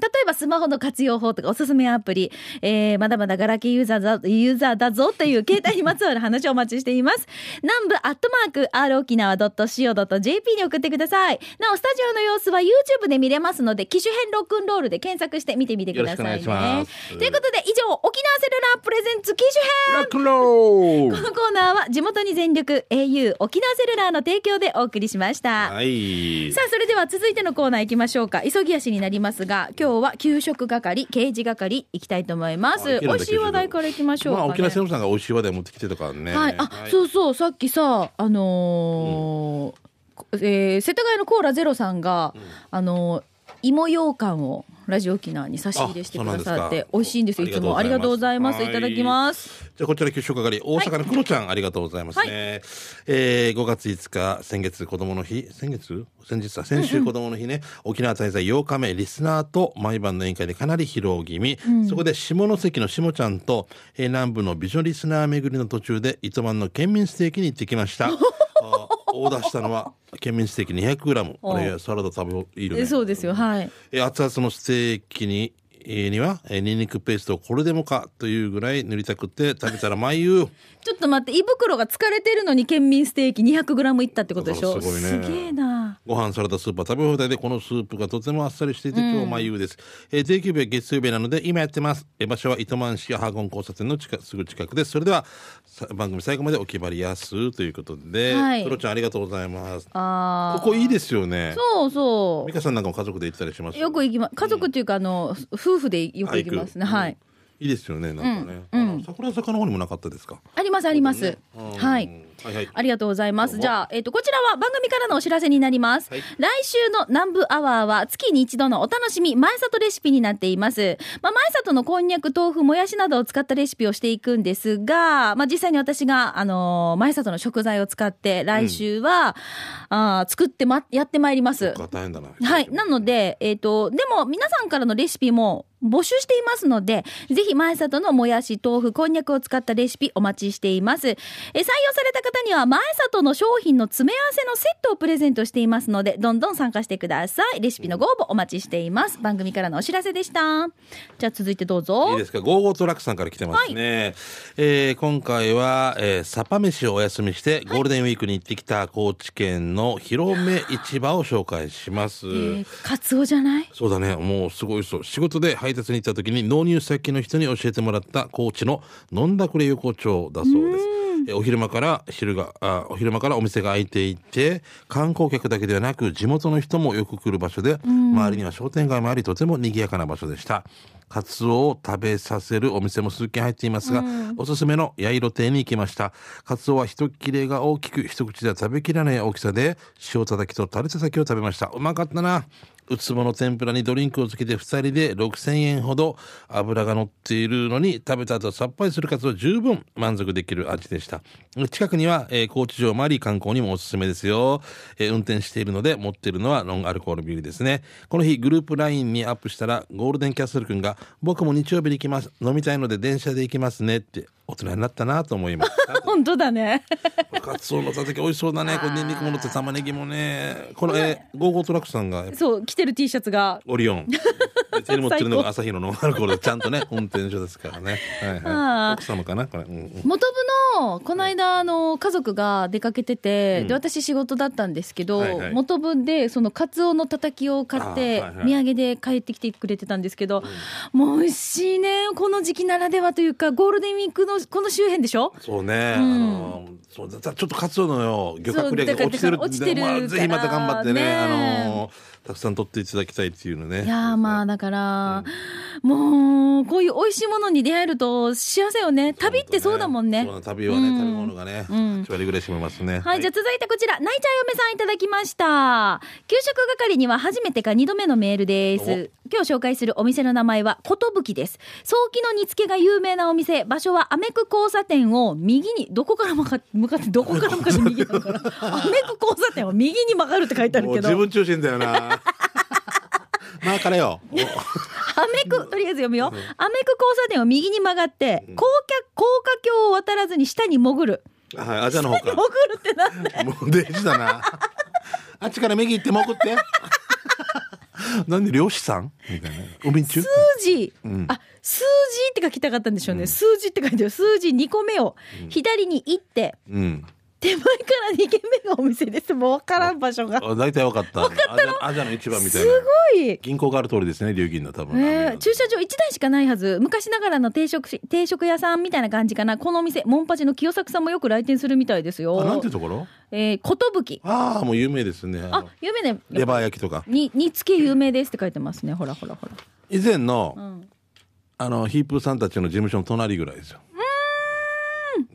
Speaker 1: 例えばスマホの活用法とかおすすめアプリ、えー、まだまだガラケーユーザーだユーザーだぞという携帯にまつわる話をお待ちしています。 南部アットマーク r 沖縄 .co.jp に送ってください。なお、スタジオの様子は YouTube で見れますので、機種編ロックンロールで検索して見てみてくださ
Speaker 2: よろ
Speaker 1: い
Speaker 2: しくお願い
Speaker 1: ね
Speaker 2: します。
Speaker 1: ということで、以上、沖縄セルラープレゼンツ機種編
Speaker 2: ラクロ
Speaker 1: こ
Speaker 2: ー
Speaker 1: のコーナーは地元に全力 au 沖縄セルラーの提供でお送りしました。
Speaker 2: はい
Speaker 1: さあそれでは続いてのコーナー行きましょうか急ぎ足になりますが今日は給食係刑事係行きたいと思いま
Speaker 2: あ
Speaker 1: す
Speaker 2: いけるん
Speaker 1: 美
Speaker 2: だ
Speaker 1: 味しい話題から行きましょう
Speaker 2: ま
Speaker 1: か、
Speaker 2: あ
Speaker 1: ね
Speaker 2: 沖縄セロさんが美味しい話題持ってきてたからね
Speaker 1: はいあ、そうそうさっきさあのーえー世田谷のコーラゼロさんが、あのー芋羊羹をラジオ沖縄に差し入れしてくださっ
Speaker 2: あそうなんで
Speaker 1: て
Speaker 2: すか
Speaker 1: 美味しいんですよいつも
Speaker 2: あ
Speaker 1: あ
Speaker 2: り
Speaker 1: り
Speaker 2: が
Speaker 1: が
Speaker 2: と
Speaker 1: とうご
Speaker 2: うござ
Speaker 1: ざ
Speaker 2: い
Speaker 1: い
Speaker 2: ま
Speaker 1: ますすいただきます
Speaker 2: じゃあこちら給食係大阪のクロちゃん、ありがとうございますね、えー5月5日先月子どもの日先月先日は先週子どもの日ね、沖縄滞在8日目リスナーと毎晩の宴会でかなり疲労気味、そこで下関の下ちゃんと、えー南部の美女リスナー巡りの途中で糸満の県民ステーキに行ってきました あーオーダーしたのは県民ステーキ 200g
Speaker 1: お
Speaker 2: あれサラダ食べいる
Speaker 1: え
Speaker 2: ね
Speaker 1: そうですよはい
Speaker 2: えー熱々のステーキに、えーには、えーニンニクペーストをこれでもかというぐらい塗りたくって食べたら眉
Speaker 1: ちょっと待って胃袋が疲れてるのに県民ステーキ 200g いったってことでし
Speaker 2: だ
Speaker 1: ょ
Speaker 2: か
Speaker 1: す
Speaker 2: らすごいね
Speaker 1: げえな
Speaker 2: ご飯サラダスーパー食べ放題でこのスープがとてもあっさりしていて今日眉です、えー定休日は月曜日なので今やってます、えー場所は糸満市ハーゴン交差点の近すぐ近くですそれではさ番組最後までお決まりやすということで、
Speaker 1: はい
Speaker 2: クロちゃんありがとうございます
Speaker 1: あ
Speaker 2: こ
Speaker 1: ー
Speaker 2: こいいですよね
Speaker 1: そうそ
Speaker 2: 美香さんなんかも家族で行ったりします
Speaker 1: う。よく行きま、家族っていうか、あの、夫婦でよく行きますね。
Speaker 2: あ
Speaker 1: はい。
Speaker 2: いいですよねなんかね、
Speaker 1: うんうん
Speaker 2: あの桜坂の方にもなかったですか
Speaker 1: あります、あります。はい。
Speaker 2: はいはい
Speaker 1: ありがとうございま
Speaker 2: どう
Speaker 1: す。
Speaker 2: も
Speaker 1: じゃあ、えっ、と、こちらは番組からのお知らせになります。
Speaker 2: はい
Speaker 1: 来週の南部アワーは月に一度のお楽しみ、前里レシピになっています。まあ、前里のこんにゃく、豆腐、もやしなどを使ったレシピをしていくんですが、まあ、実際に私が、あのー前里の食材を使って、来週は、あー作ってま、やってまいりま
Speaker 2: そっ
Speaker 1: す。
Speaker 2: か大変だな。
Speaker 1: はい。なので、えっ、と、でも皆さんからのレシピも募集していますので、ぜひ前里のもやし、豆腐、こんにゃくを使ったレシピお待ちしています。えー採用された方には前里の商品の詰め合わせのセットをプレゼントしていますので、どんどん参加してください。レシピのご応募お待ちしています。番組からのお知らせでした。じゃあ続いてどうぞ。
Speaker 2: いいですか。ゴーゴートラックさんから来てますね。えー今回は、えーサパ飯をお休みして、ゴールデンウィークに行ってきた高知県の広め市場を紹介します。
Speaker 1: えー、カツオじゃない
Speaker 2: そうだね。もうすごいそう。仕事で配達に行った時に納入先の人に教えてもらった高知の飲んだくれ横丁だそうです。えお昼間から昼があお昼間からお店が開いていて観光客だけではなく地元の人もよく来る場所で周りには商店街もありとても賑やかな場所でしたカツオを食べさせるお店も数軒入っていますが、おすすめの八色亭に行きましたカツオは一切れが大きく一口では食べきらない大きさで塩たたきとタレたたきを食べましたうまかったなウツボの天ぷらにドリンクをつけて2人で6,000円ほど油が乗っているのに食べた後さっぱりするカツオ十分満足できる味でした近くには、えー高知城もあり観光にもおすすめですよ、えー運転しているので持っているのはノンアルコールビールですねこの日グループ LINE にアップしたらゴールデンキャッスル君が「僕も日曜日に行きます飲みたいので電車で行きますね」って大人になったなと思いました
Speaker 1: 本当だね。
Speaker 2: カツオのたたき美味しそうだねこれニンニクものって玉ねぎもねこの、えー、ゴーゴートラックさんが
Speaker 1: そう、着てる T シャツが。
Speaker 2: オリ オン。手に持ってるのが朝日のノンアルコールでちゃんとね、 運転手ですからね。
Speaker 1: あ
Speaker 2: はいはい。
Speaker 1: ー
Speaker 2: 奥様かな、これ。うんうん。
Speaker 1: 元部のこの間あの家族が出かけてて、
Speaker 2: うん
Speaker 1: で私仕事だったんですけど、
Speaker 2: はいはい
Speaker 1: 元部でそのカツオのたたきを買って、
Speaker 2: あーはいはい
Speaker 1: 土産で帰ってきてくれてたんですけど、もう美味しいねこの時期ならではというかゴールデンウィークのこの周辺でしょ
Speaker 2: そうね、あのそうだちょっとカツオのよ漁獲量
Speaker 1: そうだから
Speaker 2: が落ちてる
Speaker 1: 落ちてる
Speaker 2: まあぜひまた頑張ってね
Speaker 1: ね
Speaker 2: あのたくさん取っていただきたいっていうのね
Speaker 1: いやーまあだから、もうこういう美味しいものに出会えると幸せよね旅ってそうだもんね
Speaker 2: そうだ旅は
Speaker 1: う
Speaker 2: ね、
Speaker 1: ん
Speaker 2: 食べ物がね、
Speaker 1: うん
Speaker 2: 8割ぐらい占めますね
Speaker 1: はい、じゃあ続いてこちら、泣いちゃう嫁さんいただきました。給食係には初めてか2度目のメールです。今日紹介するお店の名前は、ことぶきです。早期の煮付けが有名なお店、場所はアメク交差点を右に、どこから向かって、向かって、どこから向かって右なの かな。アメク交差点を右に曲がるって書いてある
Speaker 2: もう
Speaker 1: けど、
Speaker 2: 自
Speaker 1: アメ
Speaker 2: 分中心だ よなまあからよお
Speaker 1: ク、とりあえず読むよ。アメク交差点を右に曲がって、高架、高架橋を渡らずに下に潜る。
Speaker 2: はいあじゃあの方か
Speaker 1: 潜るってなんだよ
Speaker 2: もう電子だな。あっちから右行って潜って。なんで漁師さんみたいな。お便中
Speaker 1: 数字、
Speaker 2: うん
Speaker 1: あ数字って書きたかったんでしょうね、
Speaker 2: うん
Speaker 1: 数字って書いてる数字2個目を左に行って
Speaker 2: うん。
Speaker 1: 手前から2軒目がお店ですもう分からん場所がす
Speaker 2: あ大体わかった。アジアジアの市場みたいな。
Speaker 1: ごい
Speaker 2: 銀行がある通りですね、龍銀の多分。
Speaker 1: えー駐車場1台しかないはず昔ながらの定食し定食屋さんみたいな感じかなこのお店モンパチの清作さんもよく来店するみたいです
Speaker 2: あなん
Speaker 1: よ
Speaker 2: ていうところ
Speaker 1: えー寿、
Speaker 2: ああ、もう有名ですね。
Speaker 1: あ有名ね
Speaker 2: レバー焼きとか。
Speaker 1: に煮付け有名ですって書いてますねほらほらほら
Speaker 2: 以前の、
Speaker 1: ん
Speaker 2: あの、ヒープーさんたちの事務所の隣ぐらいですよ。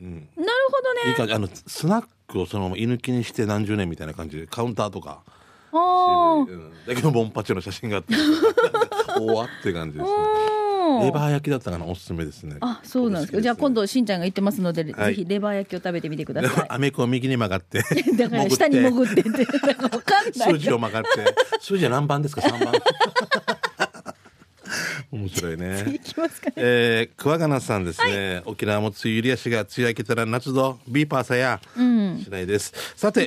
Speaker 2: うん。
Speaker 1: なるほど
Speaker 2: いい
Speaker 1: ね
Speaker 2: 感じ。あの、スナックをそのまま居抜きにして何十年みたいな感じで、カウンターとか。
Speaker 1: あー
Speaker 2: うんだけど、ボンパチの写真が あって、おわって感じですね。
Speaker 1: おー
Speaker 2: レバー焼きだったかな、おすすめですね。
Speaker 1: あそうなんですかじゃあ今度しんちゃんが行ってますので、ぜひレバー焼きを食べてみてください
Speaker 2: アメコを右に曲がって。
Speaker 1: だから下に
Speaker 2: って。
Speaker 1: 潜って ってなんかわかんない
Speaker 2: 数字を曲がって。数字は何番ですか、三番。面白いね
Speaker 1: い。きますかね
Speaker 2: えー、桑名さんですね、沖縄も梅雨入りやしが梅雨明けたら夏ぞビーパーさや、しないですさて、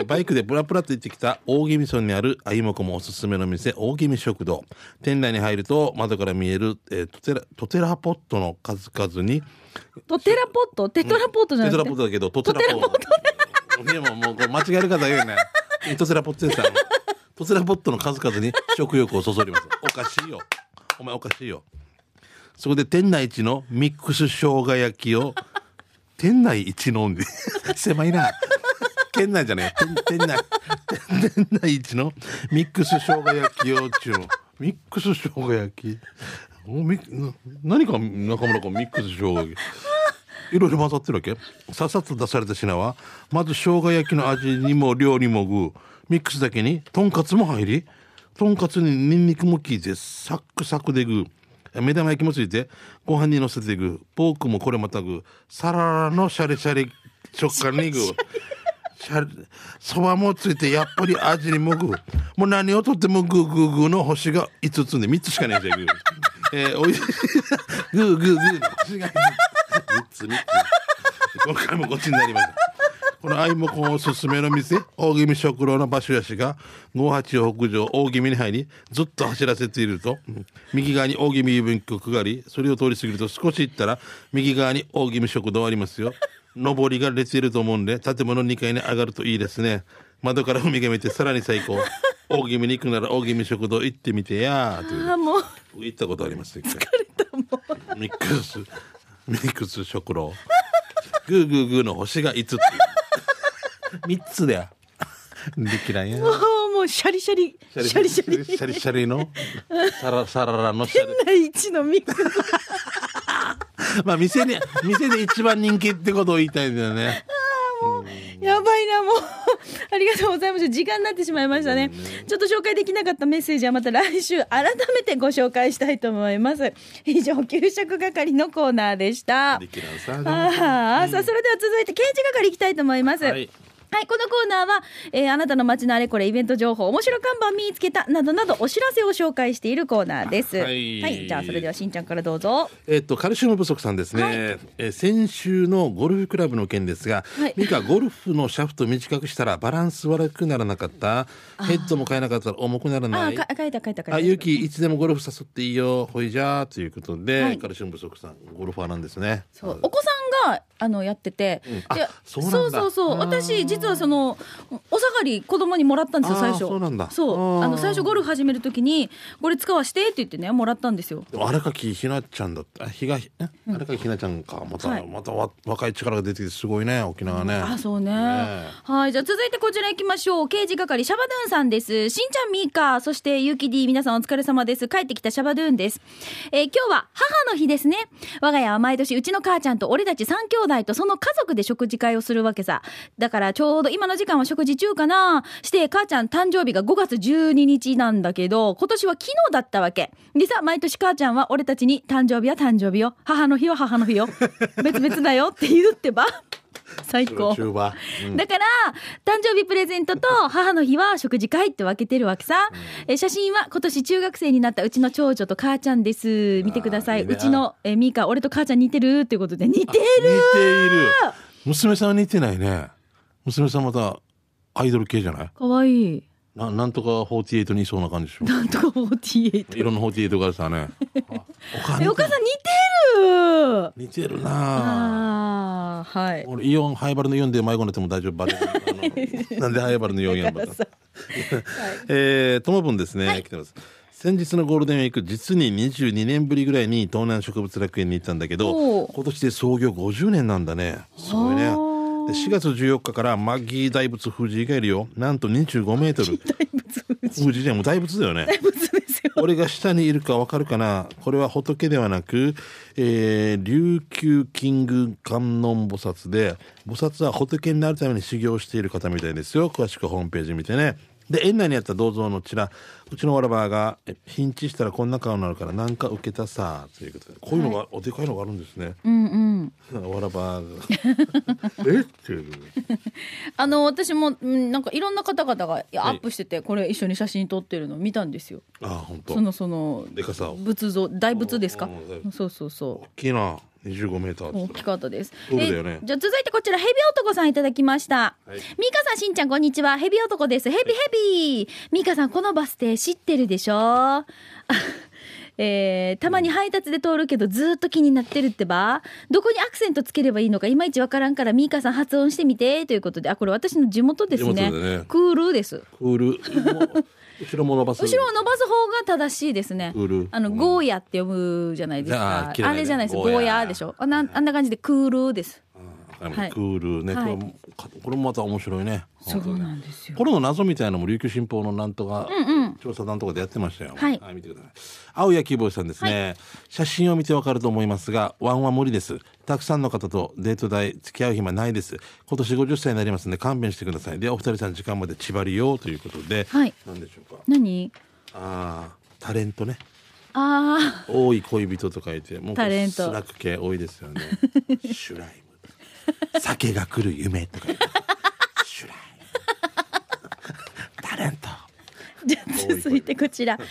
Speaker 2: えーバイクでブラブラと行ってきた大宜味村にあるあゆもこもおすすめの店大宜味食堂店内に入ると窓から見える、えー、トテラトテラポットの数々に
Speaker 1: トテラポットテトラポットじゃ
Speaker 2: テ
Speaker 1: な
Speaker 2: ト
Speaker 1: く
Speaker 2: ラ
Speaker 1: て、
Speaker 2: ポットだけどトテラポットいやもうもうこう間違える方が言うねトテラポットですあのトテラポットの数々に食欲をそそりますおかしいよお前おかしいよそこで店内一のミックス生姜焼きを店内一のんで狭いな県内じゃねえ店店内店内一のミックス生姜焼きを注文ミックス生姜焼きおみな何か中村君ミックス生姜焼きいろいろ混ざってるわけさっさと出された品はまず生姜焼きの味にも量にも具ミックスだけにとんかつも入りとんかつにニンニクも効いてサックサクで具目玉焼きもついてご飯にのせて具ポークもこれまた具サララのシャリシャリ食感に具シャリそばもついてやっぱり味にも具もう何をとってもグーグーグーの星が5つで3つしかねえじゃんグー、えー、おいしいグーグーグーの星が5つ3つ 今回もごちになりましたこのアイモコンおすすめの店大宜味食堂の場所やしが58北上大宜味に入りずっと走らせていると右側に大宜味郵便局がありそれを通り過ぎると少し行ったら右側に大宜味食堂ありますよ上りが出ていると思うんで建物2階に上がるといいですね窓から海が見えてさらに最高大宜味に行くなら大宜味食堂行ってみてやーという
Speaker 1: あもう
Speaker 2: 僕行ったことあります一回
Speaker 1: も
Speaker 2: ミックス、ミックス食堂。グーグーグーの星が5つ。3つだよ。できないや。
Speaker 1: うもうシャリシャリ シャリシャリ
Speaker 2: シャリシャリの、サラ、サララのシャリ。
Speaker 1: 第一のミックス
Speaker 2: まあ、店に、店で一番人気ってことを言いたいんだよね。
Speaker 1: やばいなもうありがとうございました時間になってしまいましたねちょっと紹介できなかったメッセージはまた来週改めてご紹介したいと思います以上給食係のコーナーでした
Speaker 2: できないさ。
Speaker 1: ああ、さあ、それでは続いて、刑事係いきたいと思います。は
Speaker 2: はいい。
Speaker 1: このコーナーは、えーあなたの街のあれこれイベント情報、面白看板見つけた、などなどお知らせを紹介しているコーナーです。は、
Speaker 2: はいい
Speaker 1: じゃあ、それではしんちゃんからどうぞ。
Speaker 2: えっと、カルシウム不足さんですね、
Speaker 1: はい
Speaker 2: えー先週のゴルフクラブの件ですが、
Speaker 1: はい
Speaker 2: ミカゴルフのシャフト短くしたらバランス悪くならなかったヘッドも変えなかったら重くなら
Speaker 1: あ
Speaker 2: な
Speaker 1: あ、
Speaker 2: い
Speaker 1: か書いた書いた書いた。
Speaker 2: あ、ゆうき、いつでもゴルフ誘っていいよ、ほいじゃーということで、
Speaker 1: はい
Speaker 2: カルシウム不足さん、ゴルファーなんですね。
Speaker 1: そうお子さんがあのやってて、
Speaker 2: うんあ
Speaker 1: で
Speaker 2: そうなんだ
Speaker 1: そうそうそう私実はそのお下がり子供にもらったんですよ
Speaker 2: あー
Speaker 1: 最初
Speaker 2: そうなんだ
Speaker 1: そう
Speaker 2: あー
Speaker 1: あの最初ゴルフ始めるときにこれ使わしてって言ってねもらったんですよ
Speaker 2: でも荒垣ひなちゃんだった、あひが、え荒垣ひなちゃんか、また、
Speaker 1: はい
Speaker 2: またわ、若い力が出てきて、すごいね、沖縄ね。
Speaker 1: あ、そうね。
Speaker 2: ね
Speaker 1: はい、じゃあ続いてこちら行きましょう。刑事係シャバドゥンさんです。しんちゃんみーか、そしてゆうき D 皆さんお疲れ様です。帰ってきたシャバドゥンです。えー今日は母の日ですね。我が家は毎年うちの母ちゃんと俺たち3兄弟とその家族で食事会をするわけさ。だからちょうど今の時間は食事中かな。して母ちゃん誕生日が5月12日なんだけど、今年は昨日だったわけ。でさ、毎年母ちゃんは俺たちに誕生日は誕生日よ。母の日は母の日よ。別々だよって言うってば。最
Speaker 2: それは
Speaker 1: 高。
Speaker 2: 中盤。うん
Speaker 1: だから、誕生日プレゼントと母の日は食事会って分けてるわけさ。え写真は今年中学生になったうちの長女と母ちゃんです。見てください。
Speaker 2: あーいいね
Speaker 1: うちのえミカ、俺と母ちゃん似てるっていうことで、似て
Speaker 2: 似
Speaker 1: る
Speaker 2: ている。娘さんは似てないね。娘さんまた、アイドル系じゃない。
Speaker 1: かわいい。
Speaker 2: ななんとか48にいそうな感じでしょ
Speaker 1: なんとか48
Speaker 2: いろんな48から さねあおかん
Speaker 1: えお母さん似てる
Speaker 2: 似てるなあ
Speaker 1: ああーはい
Speaker 2: 俺イオンハイバルのイオンで迷子になっても大丈夫バレる あのなんでハイバルのイオンやんばと えー、ともぶんですね、来てます。先日のゴールデンウィーク、実に22年ぶりぐらいに東南植物楽園に行ったんだけ
Speaker 1: お
Speaker 2: ど、
Speaker 1: う
Speaker 2: 今年で創業50年なんだね。すごいね。で
Speaker 1: あ
Speaker 2: 4月14日からマッギー大仏富士以外よ、なんと25メートル。
Speaker 1: 大仏
Speaker 2: 富士じゃんもう大仏だよね。
Speaker 1: 大仏ですよ
Speaker 2: 俺が下にいるかわかるかなこれは仏ではなく、えー琉球金宮観音菩薩で菩薩は仏になるために修行している方みたいですよ詳しくホームページ見てねで園内にあった銅像のちらうちのわらばがえピンチしたらこんな顔になるからなんか受けたさということでこういうのが、おでかいのがあるんですね
Speaker 1: うんうん
Speaker 2: わら ばがえっていう
Speaker 1: あの私もうんなんかいろんな方々がいやアップしててこれ一緒に写真撮ってるの見たんですよ
Speaker 2: あ本当
Speaker 1: そのその
Speaker 2: でかさを
Speaker 1: 仏像大仏ですか
Speaker 2: おー大仏
Speaker 1: そうそうそう
Speaker 2: 大きいな25メーター
Speaker 1: 大きかったです。
Speaker 2: そうだよね
Speaker 1: えじゃあ続いてこちらヘビ男さんいただきました。
Speaker 2: はい
Speaker 1: ミカさんしんちゃんこんにちはヘビ男ですヘビヘビ。ミカさんこのバス停知ってるでしょ。 あえーたまに配達で通るけどずーっと気になってるってばどこにアクセントつければいいのかいまいちわからんからミカさん発音してみてということであこれ私の地元ですね
Speaker 2: 地元だね
Speaker 1: クールです
Speaker 2: クール もう後ろも伸ばす
Speaker 1: 後ろを伸ばす方が正しいですね
Speaker 2: クール
Speaker 1: あのゴーヤって呼ぶじゃないです
Speaker 2: じゃ
Speaker 1: か
Speaker 2: あ
Speaker 1: あ
Speaker 2: 嫌いだね
Speaker 1: れじゃないです
Speaker 2: ゴ
Speaker 1: ゴ
Speaker 2: ーヤ
Speaker 1: ーヤでしょあなんあんな感じでクールですはい
Speaker 2: クールね、
Speaker 1: はい
Speaker 2: これかこれもまた面白いね
Speaker 1: そうなんですよ
Speaker 2: これの謎みたいなのも琉球新報のなんとか、
Speaker 1: うんうん
Speaker 2: 調査団とかでやってましたよ
Speaker 1: はい
Speaker 2: 見てください青谷希望さんですね、写真を見てわかると思いますがワンは無理ですたくさんの方とデート代付き合う暇ないです今年50歳になりますんで勘弁してくださいでお二人さん時間まで縛りようということで、
Speaker 1: はい
Speaker 2: なんでしょうか
Speaker 1: 何
Speaker 2: ああタレントね
Speaker 1: あ
Speaker 2: 多い恋人と書いてもうこ
Speaker 1: タレ
Speaker 2: れ
Speaker 1: ン
Speaker 2: ス
Speaker 1: ト
Speaker 2: ラック系多いですよ ねシュライム酒が来る夢とか言ってシュライムタレント
Speaker 1: ー じゃあ続いてこちらひふ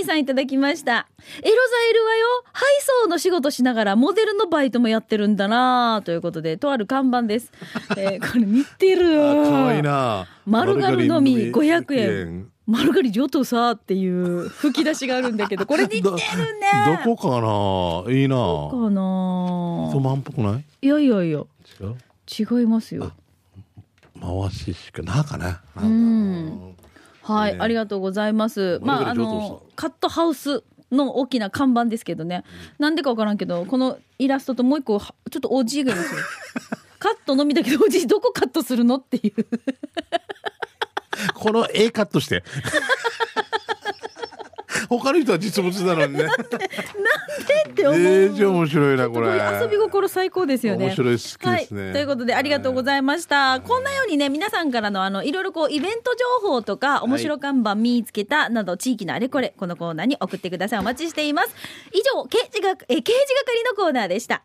Speaker 1: みさんいただきましたエロザイルはよ配送の仕事しながらモデルのバイトもやってるんだなあということでとある看板 です、えーこれ似てる
Speaker 2: あ可愛いな
Speaker 1: 丸刈りのみ500円
Speaker 2: 円
Speaker 1: 丸刈り上等さっていう吹き出しがあるんだけどこれ似てるね
Speaker 2: どこかないいな
Speaker 1: かな
Speaker 2: ソマンっぽくない
Speaker 1: いやいやいや
Speaker 2: 違う
Speaker 1: 違いますよ
Speaker 2: 回ししかなかななんか
Speaker 1: んはい、
Speaker 2: ね
Speaker 1: ありがとうございます。
Speaker 2: まあ
Speaker 1: まあ、あ
Speaker 2: どれぐらい上等
Speaker 1: の、カットハウスの大きな看板ですけどね。なんでかわからんけど、このイラストともう一個、はちょっとおじいがい ますよ。カットのみだけど、おじいどこカットするのっていう。
Speaker 2: この絵カットして 他の人は実物なのにね
Speaker 1: えって思う。
Speaker 2: えーじゃあ面白いなこ
Speaker 1: こ
Speaker 2: れ
Speaker 1: れ遊び心最高ですよね。
Speaker 2: 面白い好きですね
Speaker 1: はい、ということでありがとうございました。こんなようにね皆さんからのあのいろいろこうイベント情報とか面白看板見つけたなど地域のあれこれこのコーナーに送ってくださいお待ちしています。以上刑事がえ刑事係のコーナーでした。